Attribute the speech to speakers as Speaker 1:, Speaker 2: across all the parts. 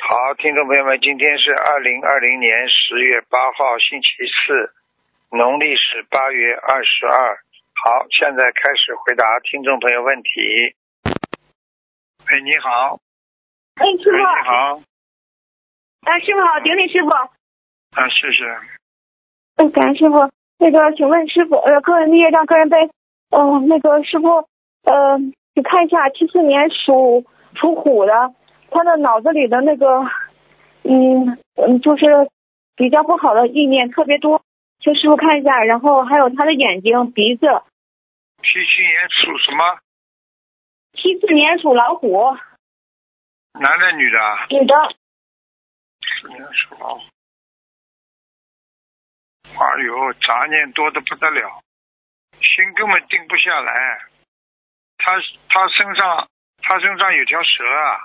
Speaker 1: 好，听众朋友们，今天是二零二零年十月八号，星期四，农历是八月二十二。好，现在开始回答听众朋友问题。哎，你好，
Speaker 2: 哎，师
Speaker 1: 哎，
Speaker 2: 傅，
Speaker 1: 你好，
Speaker 2: 啊，师傅好，顶礼师傅。
Speaker 1: 啊，谢谢。
Speaker 2: 哎，感恩师傅。那个，请问师傅，呃，个人的业障，个人背。嗯、那个师傅，呃，你看一下七四年属属虎的，他的脑子里的那个，嗯嗯，就是比较不好的意念特别多，请师傅看一下。然后还有他的眼睛、鼻子。
Speaker 1: 七七年属什么？
Speaker 2: 七四年属老虎，
Speaker 1: 男的女的啊？
Speaker 2: 女的，
Speaker 1: 四年属老虎。哎呦，杂念多的不得了，心根本定不下来。他他身上他身上有条蛇啊。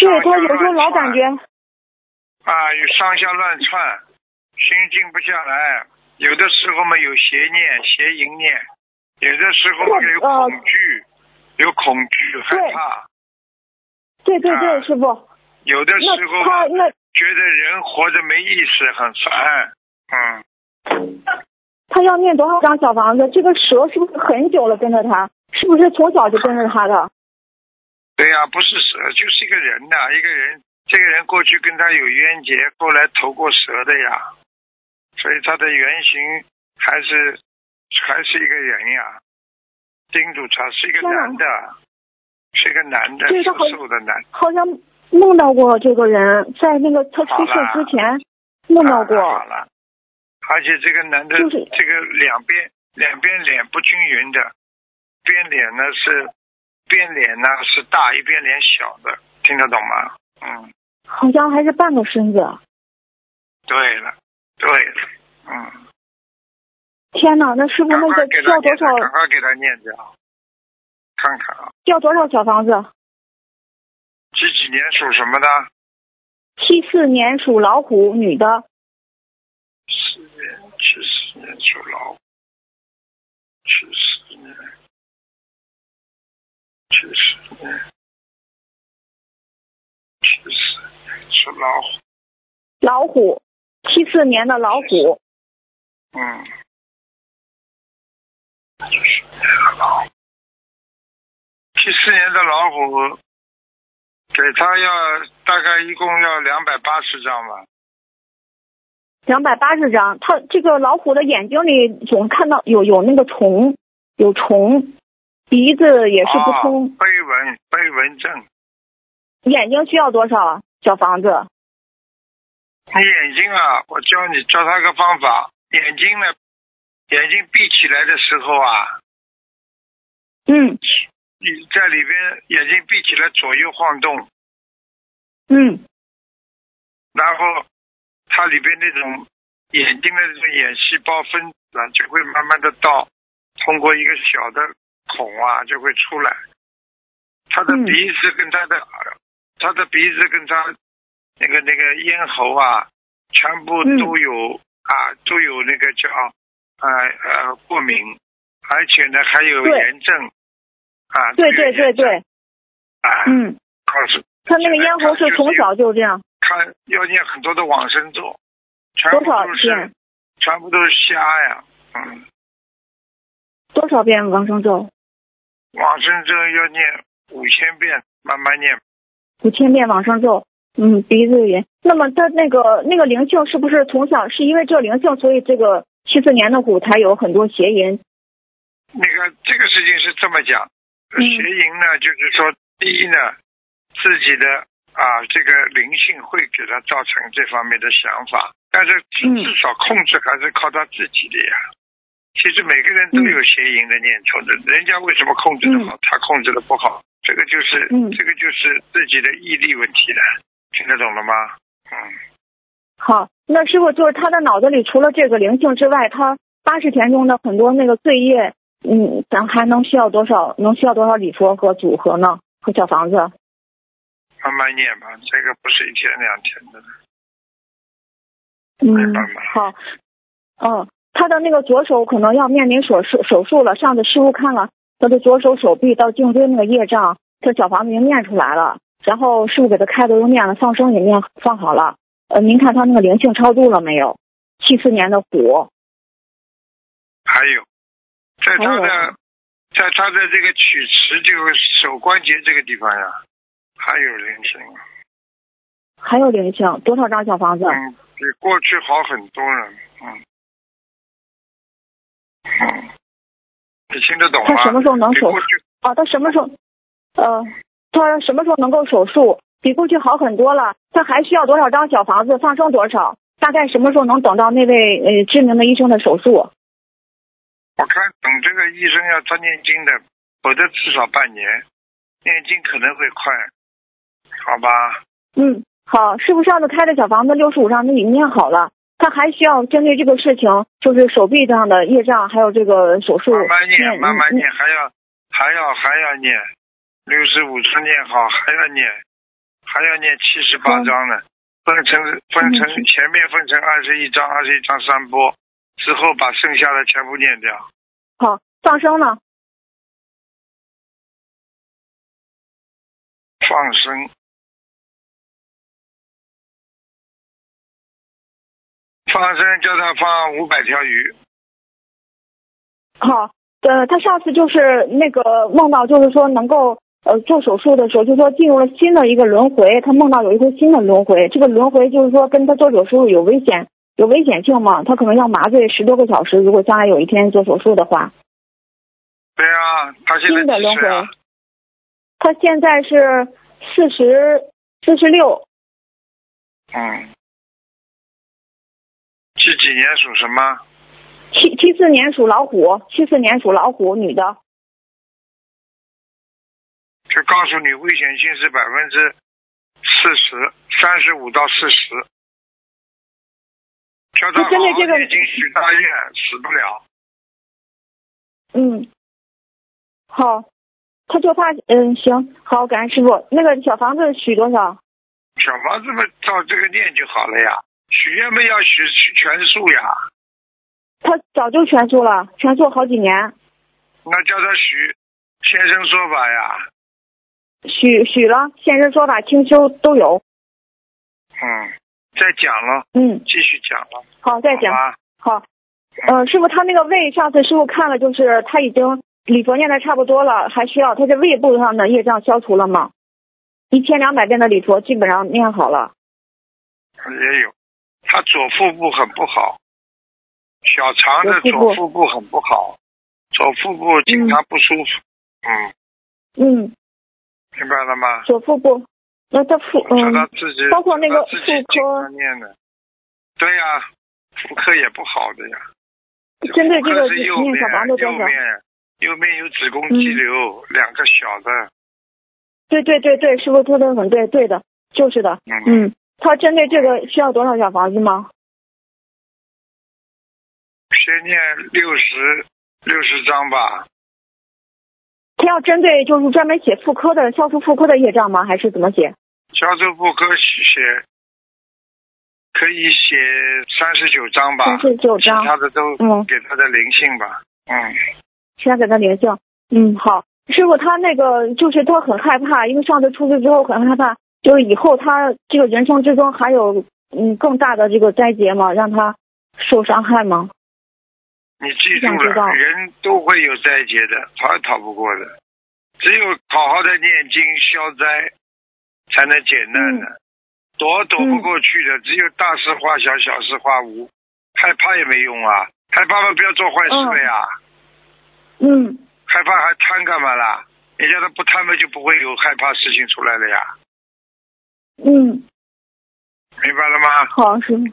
Speaker 2: 对他有
Speaker 1: 上
Speaker 2: 时候
Speaker 1: 下乱
Speaker 2: 老
Speaker 1: 窜
Speaker 2: 感觉，
Speaker 1: 啊，有上下乱窜，心静不下来。有的时候嘛有邪念、邪淫念，有的时候嘛
Speaker 2: 对
Speaker 1: 有
Speaker 2: 呃
Speaker 1: 恐惧，有恐惧害怕，
Speaker 2: 对对
Speaker 1: 啊
Speaker 2: 对，师傅，
Speaker 1: 有的时
Speaker 2: 那
Speaker 1: 候
Speaker 2: 他
Speaker 1: 嘛
Speaker 2: 那
Speaker 1: 觉得人活着没意思，很烦。嗯，
Speaker 2: 他要念多少张小房子？这个蛇是不是很久了跟着他？是不是从小就跟着他的？
Speaker 1: 对呀、不是蛇，就是一个人呐、一个人，这个人过去跟他有冤结，后来投过蛇的呀，所以他的原型还是还是一个人呀。叮嘱他是一个
Speaker 2: 天哪
Speaker 1: 男的，是一个男的，
Speaker 2: 对他
Speaker 1: 瘦
Speaker 2: 好
Speaker 1: 瘦的男的。
Speaker 2: 好像梦到过这个人，在那个他出事
Speaker 1: 好了
Speaker 2: 之前梦到过。
Speaker 1: 啊好了，而且这个男的，
Speaker 2: 就是
Speaker 1: 这个两边两边脸不均匀的，边脸呢是边脸呢是大，一边脸小的，听得懂吗？嗯，
Speaker 2: 好像还是半个身子。
Speaker 1: 对了，对了，嗯，
Speaker 2: 天哪，那师傅
Speaker 1: 赶
Speaker 2: 那
Speaker 1: 快
Speaker 2: 个
Speaker 1: 给
Speaker 2: 需
Speaker 1: 他
Speaker 2: 要
Speaker 1: 念
Speaker 2: 多
Speaker 1: 着，赶
Speaker 2: 少？
Speaker 1: 快给他念着啊，看看啊，
Speaker 2: 需要多少小房子？
Speaker 1: 几几年属什么的？
Speaker 2: 七四年属老虎女的，
Speaker 1: 四年，七四年属老虎，七四年，七四年，七四年属老虎。
Speaker 2: 老虎，七四年的老虎。
Speaker 1: 嗯，七四年的老虎，七四年的老虎，给他要大概一共要两百八十张吧。
Speaker 2: 两百八十张，它这个老虎的眼睛里总看到有有那个虫，有虫，鼻子也是不通，
Speaker 1: 啊飞蚊飞蚊症，
Speaker 2: 眼睛需要多少啊？小房子？
Speaker 1: 你眼睛啊，我教你教他个方法，眼睛呢，眼睛闭起来的时候啊，
Speaker 2: 嗯
Speaker 1: 你在里边眼睛闭起来左右晃动，
Speaker 2: 嗯，
Speaker 1: 然后它里边那种眼睛的这种眼细胞分子啊，就会慢慢的到通过一个小的孔啊，就会出来。他的
Speaker 2: 嗯
Speaker 1: 鼻子跟他的耳，他的鼻子跟他那个那个咽喉啊，全部
Speaker 2: 嗯
Speaker 1: 都有、啊，都有那个叫啊呃过敏，而且呢还有
Speaker 2: 对
Speaker 1: 炎症啊。
Speaker 2: 对
Speaker 1: 都有
Speaker 2: 对对
Speaker 1: 炎症
Speaker 2: 对，
Speaker 1: 啊，
Speaker 2: 嗯，
Speaker 1: 告诉
Speaker 2: 他那个咽喉是从小就这样，
Speaker 1: 看要念很多的往生咒，全
Speaker 2: 多
Speaker 1: 部
Speaker 2: 少
Speaker 1: 都是
Speaker 2: 遍？
Speaker 1: 全部都是瞎呀。嗯，
Speaker 2: 多少遍往生咒？
Speaker 1: 往生咒要念五千遍，慢慢念。
Speaker 2: 五千遍往生咒。嗯，鼻子也。那么他那个那个灵性是不是从小是因为这灵性，所以这个七四年的虎才有很多邪淫？
Speaker 1: 那个这个事情是这么讲，
Speaker 2: 嗯
Speaker 1: 邪淫呢，就是说，第一呢，自己的啊这个灵性会给他造成这方面的想法，但是至
Speaker 2: 嗯
Speaker 1: 至少控制还是靠他自己的呀。其实每个人都
Speaker 2: 嗯
Speaker 1: 有邪淫的念头的，人家为什么控制的好，他控制的不好，这个就是、
Speaker 2: 嗯
Speaker 1: 这个就是自己的毅力问题了，听得懂了吗？嗯。
Speaker 2: 好，那师傅就是他的脑子里除了这个灵性之外，他八十田中的很多那个罪业，嗯，咱还能需要多少？能需要多少礼佛和组合呢？和小房子？
Speaker 1: 慢慢念吧，这个不是一天两天的。
Speaker 2: 嗯，好，嗯，他的那个左手可能要面临手术手术了。上次师傅看了他的左手手臂到颈椎那个业障，这小房子已经念出来了。然后师傅给他开的都念了，放生也念放好了。呃，您看他那个灵性超度了没有？七四年的虎，
Speaker 1: 还有，在他
Speaker 2: 还
Speaker 1: 的，在他的这个曲池，这个手关节这个地方呀，还有灵性，啊
Speaker 2: 还有灵性多少张小房子？
Speaker 1: 嗯，比过去好很多了，嗯，嗯，你听得懂吗？
Speaker 2: 他什么时候能
Speaker 1: 比
Speaker 2: 手
Speaker 1: 过去
Speaker 2: 啊，他什么时候？呃，他什么时候能够手术？比过去好很多了。他还需要多少张小房子？放生多少？大概什么时候能等到那位呃知名的医生的手术？
Speaker 1: 我看等这个医生要他念经的，否则至少半年，念经可能会快，好吧？
Speaker 2: 嗯，好，师傅上次开的小房子六十五张，那已经念好了。他还需要针对这个事情，就是手臂上的业障，还有这个手术
Speaker 1: 慢慢念，
Speaker 2: 念嗯
Speaker 1: 慢慢
Speaker 2: 念
Speaker 1: 念，还要还要还要念，六十五章念好，还要念，还要念七十八
Speaker 2: 好
Speaker 1: 章呢。分成分成前面分成二十一章，二十一章三波，之后把剩下的全部念掉。
Speaker 2: 好，放生呢？
Speaker 1: 放生，放生叫他放五百条鱼，
Speaker 2: 好，呃，他上次就是那个梦到，就是说能够呃做手术的时候，就说进入了新的一个轮回，他梦到有一个新的轮回，这个轮回就是说跟他做手术有危险，有危险性嘛，他可能要麻醉十多个小时，如果将来有一天做手术的话，
Speaker 1: 对啊，他现在
Speaker 2: 新的轮
Speaker 1: 几岁
Speaker 2: 回
Speaker 1: 啊？。
Speaker 2: 他现在是四十四十六，
Speaker 1: 嗯，几几年属什么？
Speaker 2: 七七四年属老虎，七四年属老虎，女的。
Speaker 1: 就告诉你危险性是百分之四十，三十五到四十。叫他
Speaker 2: 那针对这个
Speaker 1: 已经许大愿，死不了。
Speaker 2: 嗯，好，他就怕嗯行好，感恩师傅。那个小房子许多少？
Speaker 1: 小房子嘛，照这个念就好了呀。许愿嘛要许许全数呀，
Speaker 2: 他早就全素了，全素好几年，
Speaker 1: 那叫他许先生说法呀。
Speaker 2: 许许了，现身说法、清修都有。
Speaker 1: 嗯，再讲了，
Speaker 2: 嗯，
Speaker 1: 继续讲了，
Speaker 2: 好，再讲
Speaker 1: 好。吧
Speaker 2: 好，呃，师傅，他那个胃，上次师傅看了，就是他已经礼佛念的差不多了，还需要他这胃部上的业障消除了吗？一千两百遍的礼佛基本上念好了。
Speaker 1: 也有，他左腹部很不好，小肠的
Speaker 2: 左腹
Speaker 1: 左
Speaker 2: 部
Speaker 1: 腹部很不好，左腹部经常不舒服。嗯，
Speaker 2: 嗯，
Speaker 1: 明白了吗？
Speaker 2: 左腹部，那他腹
Speaker 1: 叫他
Speaker 2: 嗯，
Speaker 1: 自己，
Speaker 2: 包括那个
Speaker 1: 叫他自己
Speaker 2: 妇
Speaker 1: 经
Speaker 2: 科
Speaker 1: 常念的。对呀、妇科也不好的呀。
Speaker 2: 针对
Speaker 1: 妇
Speaker 2: 这
Speaker 1: 科
Speaker 2: 个
Speaker 1: 是右
Speaker 2: 念
Speaker 1: 面
Speaker 2: 小房子，多
Speaker 1: 右
Speaker 2: 少？嗯
Speaker 1: 面，右面有子宫肌瘤，两个小的。
Speaker 2: 对对对对，师傅说的很对，对的，就是的。
Speaker 1: 嗯，
Speaker 2: 嗯，他针对这个需要多少小房子吗？
Speaker 1: 先念六十六十章吧。
Speaker 2: 他要针对就是专门写妇科的消除妇科的业障吗？还是怎么写？
Speaker 1: 销售妇科写可以写三十九章吧，
Speaker 2: 三十九
Speaker 1: 其
Speaker 2: 章。
Speaker 1: 他的都
Speaker 2: 嗯，
Speaker 1: 给他的灵性吧。嗯，
Speaker 2: 其他给他灵性。嗯，好，师傅，他那个就是他很害怕，因为上次出去之后很害怕，就是以后他这个人生之中还有嗯更大的这个灾劫吗？让他受伤害吗？
Speaker 1: 你记住
Speaker 2: 想知道
Speaker 1: 了，人都会有灾劫的，逃也逃不过的。只有好好的念经消灾，才能解难
Speaker 2: 嗯
Speaker 1: 的。躲躲不过去的，只有大事化小，小事化无。害怕也没用啊，害怕嘛不要做坏事了呀。
Speaker 2: 嗯，
Speaker 1: 害怕还贪干嘛啦？你叫他不贪嘛，就不会有害怕事情出来了呀。
Speaker 2: 嗯，
Speaker 1: 明白了吗？
Speaker 2: 好，师傅，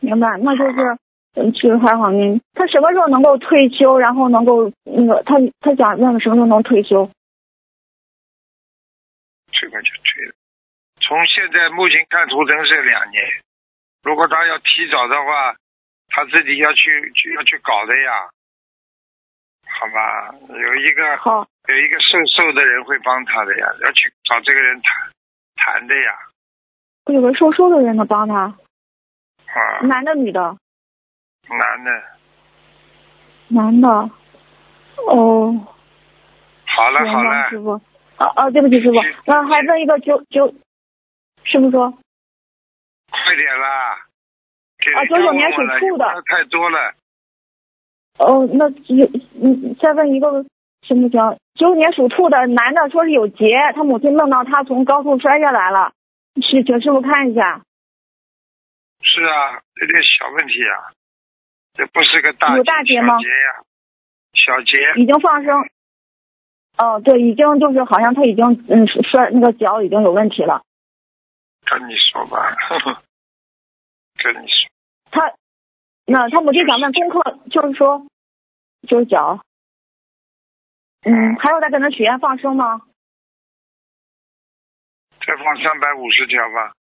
Speaker 2: 明白，那就是。嗯，去还好您，他什么时候能够退休？然后能够那个，他他想问什么时候能退休？
Speaker 1: 这个就对了。从现在目前看图腾是两年，如果他要提早的话，他自己要去去要去搞的呀，好吧？有一个
Speaker 2: 好，
Speaker 1: 有一个瘦瘦的人会帮他的呀，要去找这个人谈谈的呀，
Speaker 2: 有个瘦瘦的人能帮他，
Speaker 1: 啊，
Speaker 2: 男的女的？
Speaker 1: 男的，
Speaker 2: 男的。哦，
Speaker 1: 好了
Speaker 2: 行
Speaker 1: 好
Speaker 2: 吧，
Speaker 1: 了
Speaker 2: 师，傅。哦哦，对不起师傅
Speaker 1: 是，
Speaker 2: 那还问一个九九，师傅说，
Speaker 1: 快点啦！给
Speaker 2: 啊
Speaker 1: 人
Speaker 2: 九
Speaker 1: 家
Speaker 2: 九
Speaker 1: 问
Speaker 2: 年
Speaker 1: 问
Speaker 2: 属
Speaker 1: 了
Speaker 2: 兔
Speaker 1: 有
Speaker 2: 的
Speaker 1: 没有太多了，
Speaker 2: 哦，那有嗯，再问一个行不行？九五年属兔的男的说是有劫，他母亲梦到他从高处摔下来了，是请师傅看一下，
Speaker 1: 是啊，有点小问题啊，这不是个大
Speaker 2: 有大
Speaker 1: 节
Speaker 2: 劫吗
Speaker 1: 小节呀、小节
Speaker 2: 已经放生。哦，对，已经就是好像他已经嗯摔那个脚已经有问题了。
Speaker 1: 跟你说吧， 呵呵跟你说，
Speaker 2: 他，那他母亲想问功课，就是说，就是脚，嗯，还有再跟他许愿放生吗？
Speaker 1: 再放三百五十条吧。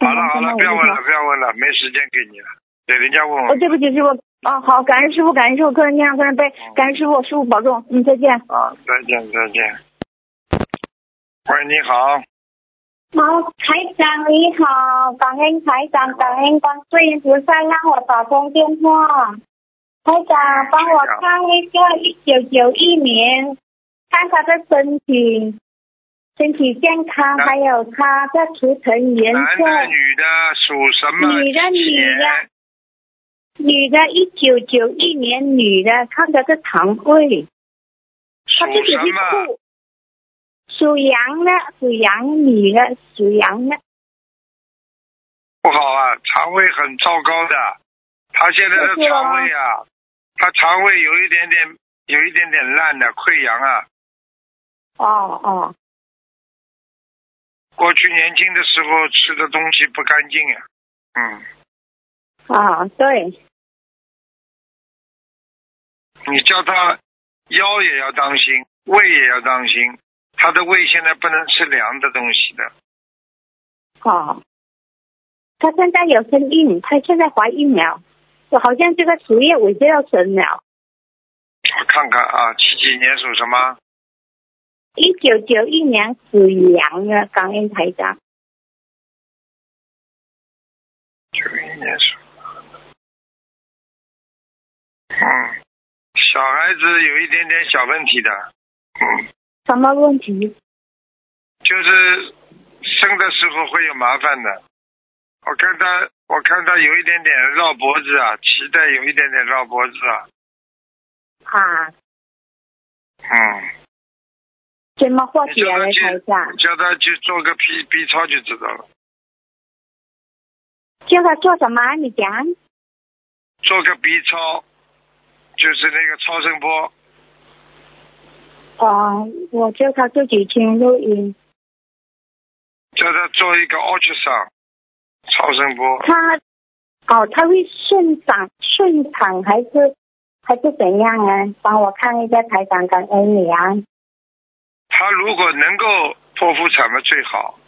Speaker 1: 好
Speaker 2: 嗯
Speaker 1: 了好了，不要问了，不要问了，没时间给你了，给人家问
Speaker 2: 哦，
Speaker 1: 问
Speaker 2: 对不起，师傅。啊，好，感恩师傅，感恩师傅，个人念上个人背，感恩师傅，师傅保重，嗯，再见。
Speaker 1: 啊，再见再见。喂，你好，
Speaker 2: 好，台长你好，感恩台长，感恩观世音菩萨让我打通电话。台长，帮我看一个一九九一年，看他的身体，身体健康，
Speaker 1: 男
Speaker 2: 还有他的图腾颜
Speaker 1: 男的
Speaker 2: 色。
Speaker 1: 女的属什么？
Speaker 2: 女的
Speaker 1: 几
Speaker 2: 女的
Speaker 1: 年
Speaker 2: 女的，一九九一年女的，看她的堂会，
Speaker 1: 属
Speaker 2: 她自己
Speaker 1: 什
Speaker 2: 去
Speaker 1: 么？
Speaker 2: 吐。属羊的，属羊女的，属羊的。
Speaker 1: 不好啊，肠胃很糟糕的。他现在的
Speaker 2: 我知道
Speaker 1: 肠
Speaker 2: 啊
Speaker 1: 胃啊，他肠胃有一点点，有一点点烂的溃疡啊。
Speaker 2: 哦哦，
Speaker 1: 过去年轻的时候吃的东西不干净呀、嗯，
Speaker 2: 哦，对。
Speaker 1: 你叫他腰也要当心，胃也要当心。他的胃现在不能吃凉的东西的，
Speaker 2: 哦，她现在有生孕，她现在怀孕了，我好像这个十月我就要生了，
Speaker 1: 我看看啊，七几年属什么？
Speaker 2: 一九九一年属羊的，感恩台长。
Speaker 1: 九一年属。嗯，小孩子有一点点小问题的，嗯，
Speaker 2: 什么问题？
Speaker 1: 就是生的时候会有麻烦的。我看他，我看他有一点点绕脖子啊，脐带有一点点绕脖子啊。
Speaker 2: 啊，
Speaker 1: 嗯，
Speaker 2: 怎么化解呢，台长？
Speaker 1: 叫他去做个 B B 超就知道了，
Speaker 2: 叫她做什么？你讲。
Speaker 1: 做个 B 超，就是那个超声波。
Speaker 2: 哦，我叫她自己听录音。
Speaker 1: 叫他做一个 ultrasound 超声波，
Speaker 2: 她，哦，她会顺产顺产还是还是怎样啊？帮我看一下，台长，感恩你啊。
Speaker 1: 他如果能够剖腹产的最好。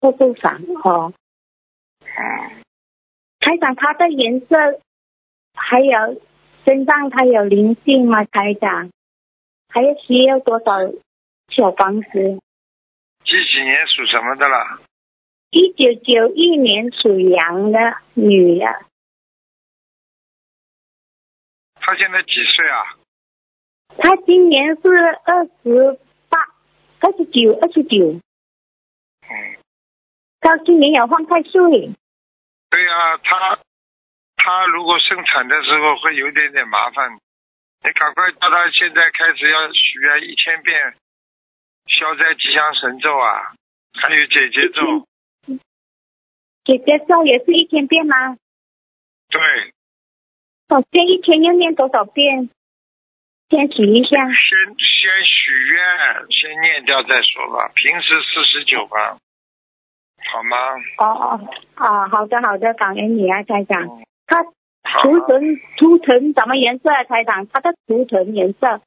Speaker 2: 不不长哦。
Speaker 1: 嗯，
Speaker 2: 哎台长，它的颜色还有身上它有灵性吗？台长，还有需要多少小房子？
Speaker 1: 几几年属什么的啦？
Speaker 2: 一九九一年属羊的女的，
Speaker 1: 他现在几岁啊？
Speaker 2: 她今年是二十八、二十九、二十九，
Speaker 1: 嗯，
Speaker 2: 她今年有犯太岁。
Speaker 1: 对呀、他他如果生产的时候会有一点点麻烦，你赶快叫他现在开始要许愿一千遍消灾吉祥神咒啊，还有姐姐咒，
Speaker 2: 嗯姐姐咒也是一天变吗？
Speaker 1: 对，
Speaker 2: 哦，这一天要念多少遍？先许一下。
Speaker 1: 先先许愿，先念掉再说吧。平时四十九吧，好吗？
Speaker 2: 哦哦哦，好的好的，感恩你啊，台长。
Speaker 1: 嗯，
Speaker 2: 她
Speaker 1: 好
Speaker 2: 图
Speaker 1: 吗。
Speaker 2: 腾图腾什么颜色啊，台长？它的图腾颜色，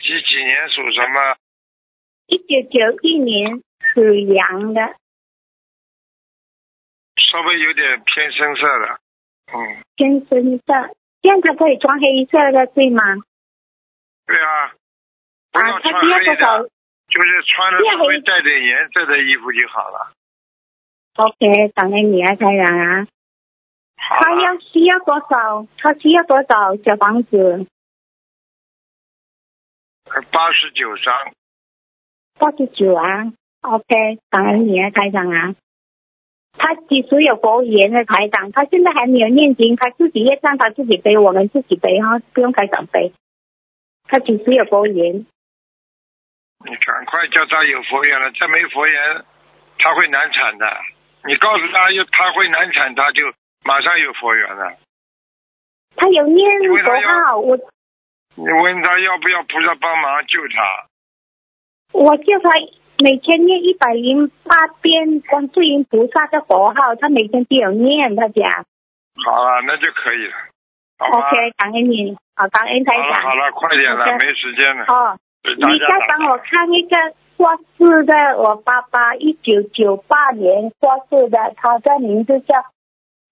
Speaker 1: 几几年属什么？
Speaker 2: 一九九一年属羊的，
Speaker 1: 稍微有点偏深色的。嗯，
Speaker 2: 偏深色，这样它可以穿黑色的对吗？
Speaker 1: 对啊，不
Speaker 2: 啊，
Speaker 1: 要
Speaker 2: 它
Speaker 1: 穿
Speaker 2: 需要
Speaker 1: 黑
Speaker 2: 多少
Speaker 1: 的，就是穿了
Speaker 2: 不要
Speaker 1: 稍微
Speaker 2: 黑
Speaker 1: 带点颜色的衣服就好了。
Speaker 2: ？OK，感恩你啊，台长啊。
Speaker 1: 好
Speaker 2: 它
Speaker 1: 了，
Speaker 2: 要需要多少？它需要多少小房子？
Speaker 1: 八十九章，
Speaker 2: 八十九啊，OK，感恩你啊，台长啊。他几属有佛缘的台长，他现在还没有念经，他自己业障他自己背，我们自己背哈，不用台长背。他几属有佛缘，
Speaker 1: 你赶快叫他有佛缘了，再没佛缘，他会难产的。你告诉他，又他会难产，他就马上有佛缘了。
Speaker 2: 他有念
Speaker 1: 因为他要
Speaker 2: 佛号，我
Speaker 1: 你问他要不要菩萨帮忙救他？
Speaker 2: 我叫他每天念一百零八遍观世音菩萨的佛号，他每天都有念，他讲。
Speaker 1: 好了，那就可以了，好吧？
Speaker 2: OK，感恩你，好，感恩台
Speaker 1: 好了
Speaker 2: 长
Speaker 1: 好。了，快点了，
Speaker 2: OK
Speaker 1: 没时间了。
Speaker 2: 哦，
Speaker 1: 给大
Speaker 2: 你
Speaker 1: 家
Speaker 2: 再
Speaker 1: 打
Speaker 2: 帮我看一个过世的我爸爸，一九九八年过世的，他的名字叫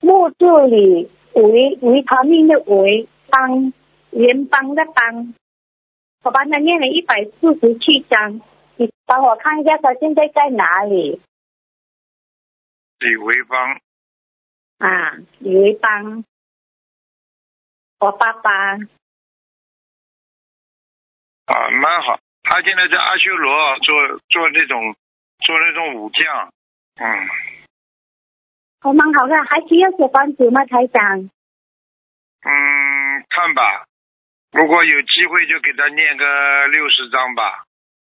Speaker 2: 木助理维维他命的维邦联邦的邦，我帮他念了一百四十七章，你帮我看一下他现在在哪里
Speaker 1: 李维邦，
Speaker 2: 啊？李维邦，我爸爸
Speaker 1: 啊，蛮好。他现在在阿修罗做做那种做那种武将，嗯，
Speaker 2: 我哦蛮好的，还需要小房子吗，台长？
Speaker 1: 嗯，看吧，如果有机会就给他念个六十章吧，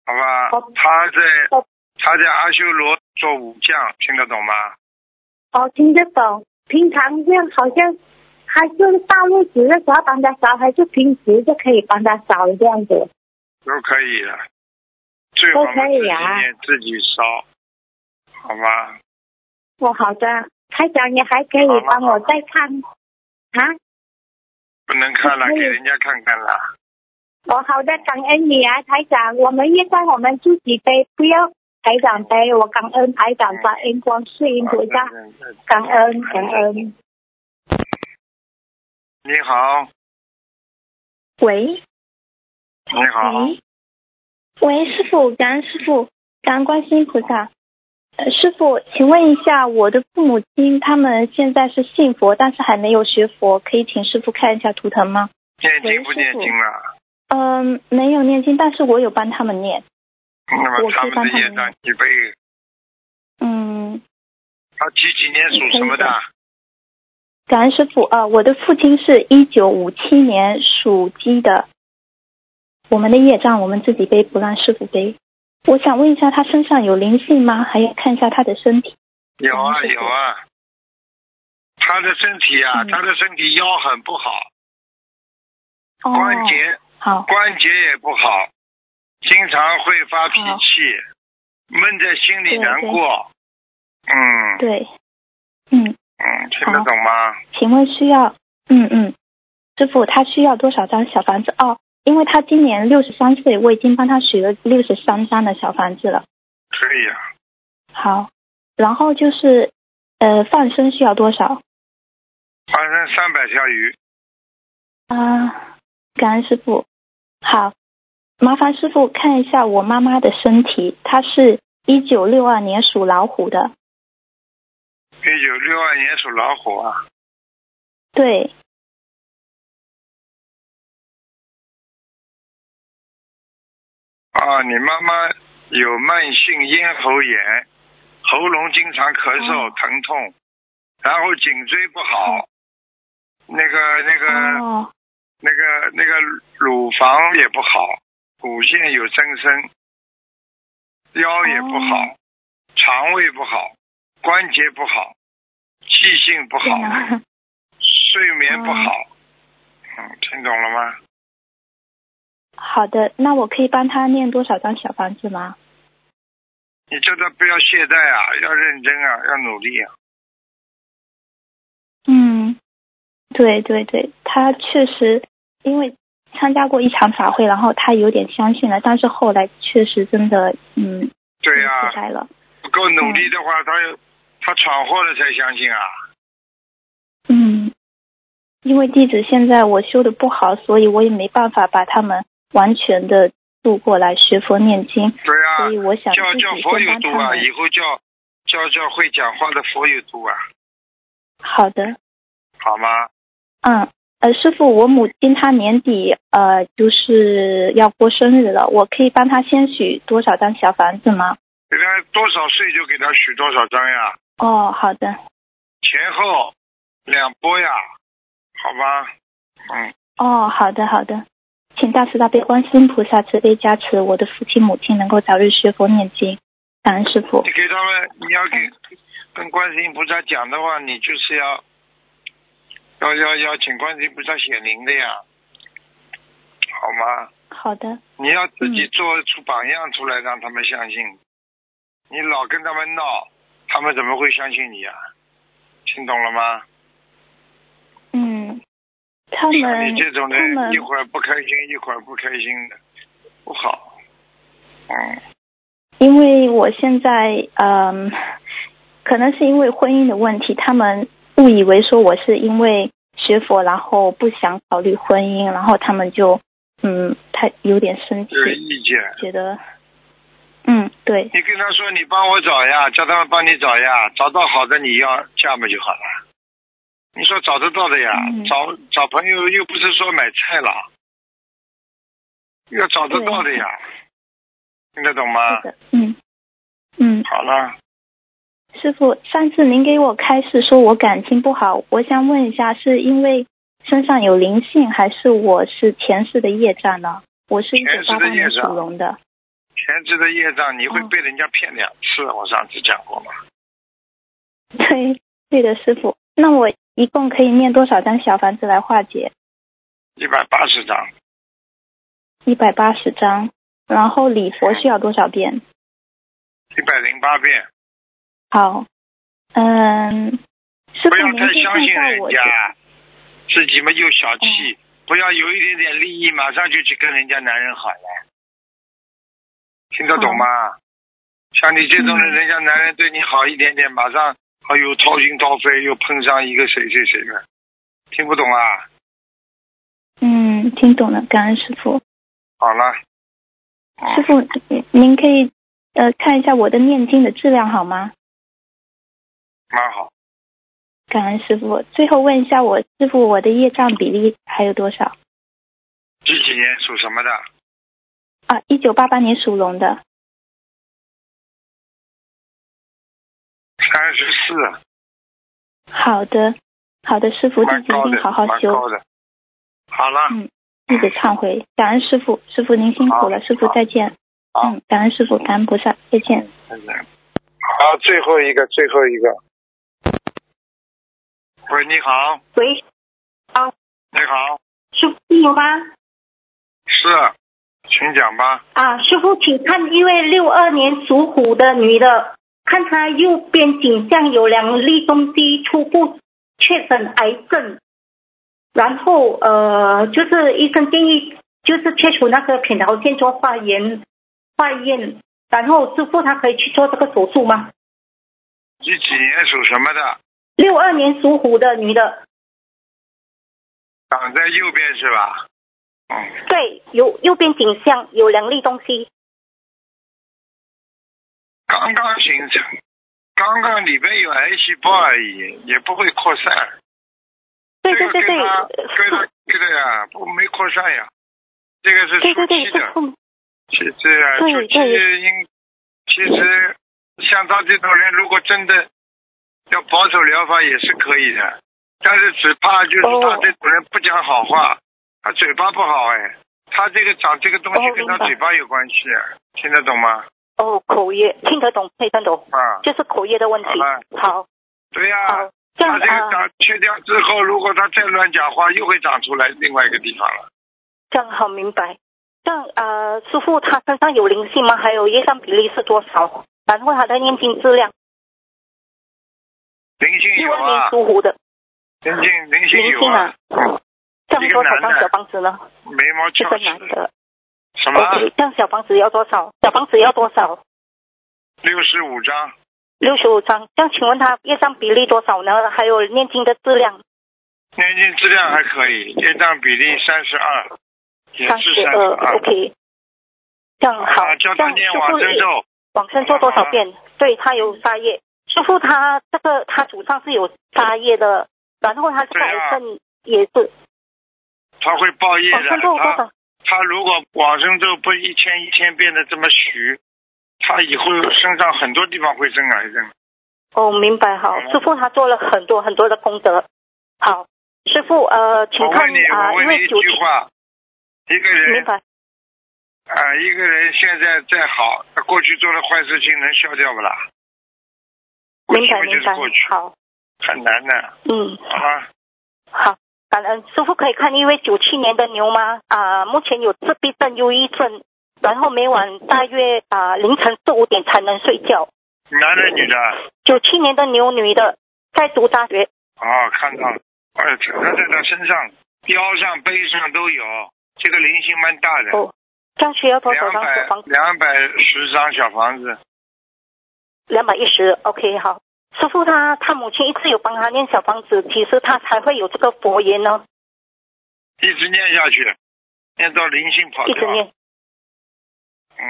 Speaker 1: 好吧
Speaker 2: 好？
Speaker 1: 他在
Speaker 2: 好
Speaker 1: 他在阿修罗做武将，听得懂吗？
Speaker 2: 哦，听得懂。平常这样好像还是大陆只是要帮他扫，还是平时就可以帮他扫这样子？
Speaker 1: 都可以的，最好
Speaker 2: 都可
Speaker 1: 嘛自
Speaker 2: 以
Speaker 1: 己
Speaker 2: 啊
Speaker 1: 念自己烧，好吧？
Speaker 2: 哦，好的，台长，你还可以
Speaker 1: 好了
Speaker 2: 帮
Speaker 1: 好
Speaker 2: 我
Speaker 1: 了
Speaker 2: 再看啊？
Speaker 1: 不能看了，
Speaker 2: 可以
Speaker 1: 给人家看看了。
Speaker 2: 哦，好的，感恩你啊，台长。我们业障我们自己背，不要台长背。我感恩台长，感恩观世音菩萨，感恩感恩。
Speaker 1: 你好，
Speaker 3: 喂，
Speaker 1: 你好，
Speaker 3: 喂，喂，师傅，感恩师傅，感恩观世音菩萨。呃，师傅，请问一下，我的父母亲他们现在是信佛，但是还没有学佛，可以请师傅看一下图腾吗？
Speaker 1: 念经不
Speaker 3: 喂师
Speaker 1: 念
Speaker 3: 傅
Speaker 1: 经啊了？
Speaker 3: 嗯、没有念经，但是我有帮他们念。
Speaker 1: 那么
Speaker 3: 我
Speaker 1: 他
Speaker 3: 可以帮
Speaker 1: 们的
Speaker 3: 他
Speaker 1: 业
Speaker 3: 们
Speaker 1: 障几倍？
Speaker 3: 嗯，
Speaker 1: 他几几年属什么的？
Speaker 3: 感恩师傅，呃，我的父亲是一九五七年属鸡的，我们的业障我们自己背，不让师傅背。我想问一下，他身上有灵性吗？还要看一下他的身体。
Speaker 1: 有啊
Speaker 3: 嗯
Speaker 1: 有啊，他的身体啊，
Speaker 3: 嗯
Speaker 1: 他的身体腰很不好，
Speaker 3: 哦，
Speaker 1: 关节
Speaker 3: 好，
Speaker 1: 关节也不好，经常会发脾
Speaker 3: 哦
Speaker 1: 气，闷在心里
Speaker 3: 对
Speaker 1: 难
Speaker 3: 对
Speaker 1: 过。嗯，
Speaker 3: 对，哦嗯，
Speaker 1: 嗯，听得懂吗？
Speaker 3: 请问需要，嗯嗯，师傅他需要多少张小房子？哦，因为他今年六十三岁，我已经帮他许了六十三张的小房子了。
Speaker 1: 可以啊，
Speaker 3: 好，然后就是，呃，放生需要多少
Speaker 1: 反正三百条鱼，
Speaker 3: 啊？感恩师傅。好，麻烦师傅看一下我妈妈的身体，她是一九六二年属老虎的，
Speaker 1: 一九六二年属老虎啊，
Speaker 3: 对，
Speaker 1: 啊，你妈妈有慢性咽喉炎，喉咙经常咳嗽、
Speaker 3: 哦
Speaker 1: 疼痛，然后颈椎不好，那个那个、
Speaker 3: 哦，
Speaker 1: 那个那个乳房也不好，乳腺有增生，腰也不好，
Speaker 3: 哦
Speaker 1: 肠胃不好，关节不好，记性不
Speaker 3: 这
Speaker 1: 好，
Speaker 3: 样，啊
Speaker 1: 睡眠不
Speaker 3: 哦
Speaker 1: 好。嗯，听懂了吗？
Speaker 3: 好的，那我可以帮他念多少张小房子吗？
Speaker 1: 你叫他不要懈怠啊，要认真啊，要努力啊。
Speaker 3: 嗯，对对对，他确实因为参加过一场法会，然后他有点相信了，但是后来确实真的嗯
Speaker 1: 对啊呀、
Speaker 3: 懈怠了。
Speaker 1: 不够努力的话，他他闯祸了才相信啊。
Speaker 3: 嗯，因为弟子现在我修的不好，所以我也没办法把他们完全的渡过来学佛念经，
Speaker 1: 对呀、
Speaker 3: 所以我想自
Speaker 1: 啊叫
Speaker 3: 己
Speaker 1: 叫佛
Speaker 3: 先
Speaker 1: 友
Speaker 3: 帮
Speaker 1: 度
Speaker 3: 他
Speaker 1: 啊，
Speaker 3: 们。
Speaker 1: 以后叫叫叫会讲话的佛友度啊，
Speaker 3: 好的，
Speaker 1: 好吗？
Speaker 3: 嗯呃，师傅，我母亲她年底呃就是要过生日了，我可以帮她先许多少张小房子吗？
Speaker 1: 给他多少岁就给他许多少张呀，
Speaker 3: 哦，好的，
Speaker 1: 前后两波呀，好吧？嗯，
Speaker 3: 哦，好的，好的，请大慈大悲观世音菩萨慈悲加持我的父亲母亲能够早日学佛念经，感恩师傅。
Speaker 1: 你给他们，你要给跟观世音菩萨讲的话，你就是要要要要请观世音菩萨显灵的呀，好吗？
Speaker 3: 好的，
Speaker 1: 你要自己做出榜样出来，让他们相信。你老跟他们闹，他们怎么会相信你呀、听懂了吗？
Speaker 3: 嗯，他
Speaker 1: 像
Speaker 3: 们
Speaker 1: 你这种
Speaker 3: 他
Speaker 1: 人，
Speaker 3: 们
Speaker 1: 一会儿不开心，一会儿不开心的，不好。嗯，
Speaker 3: 因为我现在嗯、可能是因为婚姻的问题，他们误以为说我是因为学佛，然后不想考虑婚姻，然后他们就嗯，他有点生气
Speaker 1: 有，意见。
Speaker 3: 觉得嗯对，
Speaker 1: 你跟他说你帮我找呀，叫他们帮你找呀，找到好的你要嫁嘛就好了。你说找得到的呀，
Speaker 3: 嗯
Speaker 1: 找找朋友又不是说买菜了，要找得到的呀，听得懂吗
Speaker 3: 是？的，嗯嗯。
Speaker 1: 好了，
Speaker 3: 师傅，上次您给我开示说我感情不好，我想问一下，是因为身上有灵性，还是我是前世的业障呢？我是一
Speaker 1: 前
Speaker 3: 九
Speaker 1: 世
Speaker 3: 八
Speaker 1: 的
Speaker 3: 八
Speaker 1: 业
Speaker 3: 年
Speaker 1: 障
Speaker 3: 属龙的。
Speaker 1: 前世的业障你会
Speaker 3: 哦
Speaker 1: 被人家骗两次，我上次讲过嘛。
Speaker 3: 对，对的，师傅。那我一共可以念多少张小房子来化解？
Speaker 1: 一百八十张，
Speaker 3: 一百八十张。然后礼佛需要多少遍？
Speaker 1: 一百零八遍，
Speaker 3: 好，嗯，师
Speaker 1: 不
Speaker 3: 傅
Speaker 1: 要
Speaker 3: 您
Speaker 1: 太
Speaker 3: 可以
Speaker 1: 相
Speaker 3: 看一
Speaker 1: 信
Speaker 3: 下
Speaker 1: 人
Speaker 3: 我的，嗯
Speaker 1: 家，自己嘛又小气，不要有一点点利益，马上就去跟人家男人好了，听得懂吗？像你这种人，
Speaker 3: 嗯
Speaker 1: 人家男人对你好一点点，马上哎呦掏心掏肺，又碰上一个谁谁谁的，听不懂啊？
Speaker 3: 嗯，听懂了，感恩师傅。
Speaker 1: 好了，
Speaker 3: 师傅，您您可以呃看一下我的念经的质量好吗？
Speaker 1: 蛮好，
Speaker 3: 感恩师傅。最后问一下我师傅，我的业障比例还有多少？
Speaker 1: 几几年属什么的？
Speaker 3: 啊，一九八八年属龙的。
Speaker 1: 三十四，
Speaker 3: 好的，好的，师傅自
Speaker 1: 蛮
Speaker 3: 己
Speaker 1: 高
Speaker 3: 一
Speaker 1: 的
Speaker 3: 定，好好
Speaker 1: 蛮
Speaker 3: 修
Speaker 1: 高，的。好了，
Speaker 3: 嗯记得忏悔。感恩师傅，师傅您辛苦了，
Speaker 1: 好
Speaker 3: 师傅再见。
Speaker 1: 好
Speaker 3: 嗯，感恩师傅，感恩菩萨，再见。
Speaker 1: 好，最后一个，最后一个。喂，你好，
Speaker 4: 喂，
Speaker 1: 你好，
Speaker 4: 师傅听有吗？
Speaker 1: 是，请讲吧。
Speaker 4: 啊，师傅，请看一位六二年属虎的女的，看她右边颈项有两粒东西，初步确诊癌症，然后呃，就是医生建议就是切除那个扁桃腺做化验化验，然后师傅她可以去做这个手术吗？
Speaker 1: 你几年属什么的？
Speaker 4: 六二年属虎的女的，
Speaker 1: 挡在右边是吧？嗯，
Speaker 4: 对，有右边颈项有两粒东西，
Speaker 1: 刚刚形成，刚刚里边有癌细胞而已，也不会扩散。
Speaker 4: 对
Speaker 1: 这
Speaker 4: 对
Speaker 1: 个
Speaker 4: 对
Speaker 1: 跟
Speaker 4: 对，
Speaker 1: 他跟他
Speaker 4: 是
Speaker 1: 这个呀，不没扩散呀，这个是
Speaker 4: 对对
Speaker 1: 初
Speaker 4: 对
Speaker 1: 期的
Speaker 4: 是。控
Speaker 1: 其实啊，
Speaker 4: 对
Speaker 1: 就其实应，其实像他这种人，如果真的要保守疗法也是可以的，但是只怕就是他
Speaker 4: 哦
Speaker 1: 这种人不讲好话，他嘴巴不好哎，他这个长这个东西
Speaker 4: 哦
Speaker 1: 跟他
Speaker 4: 明白
Speaker 1: 嘴巴有关系，听得懂吗？
Speaker 4: 哦，口业听得懂，听得懂，
Speaker 1: 啊，
Speaker 4: 就是口业的问题
Speaker 1: 好了。
Speaker 4: 好，
Speaker 1: 对呀、
Speaker 3: 哦
Speaker 4: 好，这样
Speaker 1: 他这
Speaker 3: 呃
Speaker 1: 个
Speaker 4: 啊，
Speaker 1: 长去掉之后，如果他再乱讲话，又会长出来另外一个地方了。
Speaker 4: 这样好明白。这样呃，师傅他身上有灵性吗？还有业障比例是多少？然后他的念经质量，
Speaker 1: 灵性
Speaker 4: 六
Speaker 1: 有
Speaker 4: 二年
Speaker 1: 啊，
Speaker 4: 属虎的
Speaker 1: 灵性灵性
Speaker 4: 灵
Speaker 1: 有
Speaker 4: 性
Speaker 1: 啊，
Speaker 4: 啊，这样多少张小房子呢？
Speaker 1: 眉毛
Speaker 4: 一
Speaker 1: 翘
Speaker 4: 个
Speaker 1: 起
Speaker 4: 男
Speaker 1: 来，
Speaker 4: 的。
Speaker 1: 什么
Speaker 3: 哦
Speaker 4: OK，这样小房子要多少？小房子要多少？
Speaker 1: 六十五张。
Speaker 4: 六十五张。这样请问他业障比例多少呢？还有念经的质量
Speaker 1: 年金质量还可以，业障比例三十二，也
Speaker 4: 三
Speaker 1: 是
Speaker 4: 十
Speaker 1: 三
Speaker 4: 二
Speaker 1: 十二。
Speaker 4: ，OK。这样好
Speaker 1: 啊，，
Speaker 4: 这
Speaker 1: 叫他
Speaker 4: 样
Speaker 1: 念
Speaker 4: 师
Speaker 1: 往
Speaker 4: 傅
Speaker 1: 生咒，啊
Speaker 4: 往生做多少遍？对他有杀业，师傅他这个他祖上是有杀业的，然后他这个
Speaker 1: 对啊
Speaker 4: 癌症也是，
Speaker 1: 他会报业
Speaker 5: 往
Speaker 1: 的。
Speaker 5: 生咒多
Speaker 1: 他
Speaker 5: 少？
Speaker 1: 他如果往生咒不一天一天变得这么虚，他以后身上很多地方会生癌症。
Speaker 3: 哦，明白好，
Speaker 1: 哎
Speaker 3: 师傅他做了很多很多的功德。好，师傅呃，请
Speaker 1: 我
Speaker 3: 看
Speaker 1: 问你，
Speaker 3: 啊、
Speaker 1: 我
Speaker 3: 因
Speaker 1: 问你
Speaker 3: 为
Speaker 1: 一
Speaker 3: 九
Speaker 1: 句话：哎一个人
Speaker 3: 明白
Speaker 1: 啊、一个人现在再好，他过去做的坏事情能消掉不啦？过
Speaker 3: 明
Speaker 1: 去
Speaker 3: 白
Speaker 1: 不就
Speaker 3: 明
Speaker 1: 是
Speaker 3: 白
Speaker 1: 过去，，
Speaker 3: 好，
Speaker 1: 很难的，啊
Speaker 3: 嗯，
Speaker 1: 好吧？
Speaker 3: 好，感恩师傅可以看一位九七年的牛吗？啊、目前有自闭症、忧郁症，然后每晚大约啊、凌晨四五点才能睡觉。
Speaker 1: 男的女的？
Speaker 3: 九七年的牛女的，在读大学，
Speaker 1: 哦，看到了，哎呦，他在他身上、腰上、背上都有，这个灵性蛮大的，
Speaker 3: 哦这样需要多少
Speaker 1: 两
Speaker 3: 张小
Speaker 1: 百
Speaker 3: 房？
Speaker 1: 两百十张小房子。
Speaker 3: 两百一十，OK，好。师傅他他母亲一直有帮他念小房子，其实他才会有这个佛缘呢，
Speaker 1: 一直念下去，念到灵性跑
Speaker 3: 一
Speaker 1: 掉
Speaker 3: 直。念。
Speaker 1: 嗯，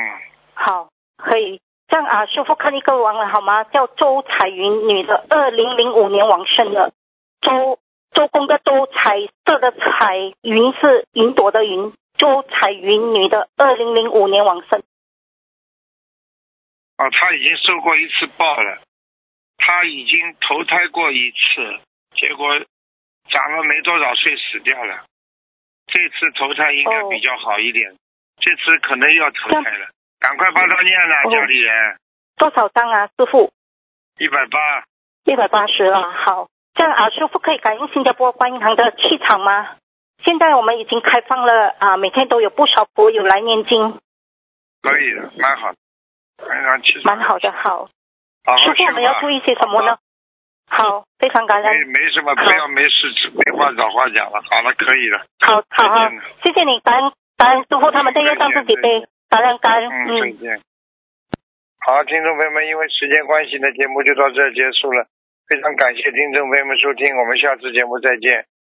Speaker 3: 好，可以。这样啊，师傅看一个亡人好吗？叫周彩云，女的，二零零五年往生的。周周公的周，彩色的彩，云是云朵的云。周彩云，女的，二零零五年往生。
Speaker 1: 哦，他已经受过一次报了，他已经投胎过一次，结果长了没多少岁死掉了。这次投胎应该
Speaker 3: 哦
Speaker 1: 比较好一点，这次可能要投胎了，赶快帮他念了，
Speaker 3: 哦
Speaker 1: 家里人
Speaker 3: 多少张啊，师傅？
Speaker 1: 一百八。180
Speaker 3: 一百八十了。好，这样啊，师傅可以感应新加坡观音堂的气场吗？现在我们已经开放了啊，每天都有不少佛友来念经，
Speaker 1: 可以的，蛮好的，非常气
Speaker 3: 蛮好的。好，
Speaker 1: 好好
Speaker 3: 师傅我
Speaker 1: 修啊
Speaker 3: 们要注
Speaker 1: 吧。
Speaker 3: 意些什么
Speaker 1: 哦
Speaker 3: 呢？好，非常感恩
Speaker 1: 没。没什么，不要没事吃没话找话讲了。好了，可以了。
Speaker 3: 好
Speaker 1: 再
Speaker 3: 好好
Speaker 1: 见了，
Speaker 3: 谢谢你，感恩感恩师傅他们的业障自己背，感恩感恩，
Speaker 1: 嗯，再
Speaker 3: 嗯，
Speaker 1: 见。好，听众朋友们，因为时间关系呢，节目就到这儿结束了。非常感谢听众朋友们收听，我们下次节目再见。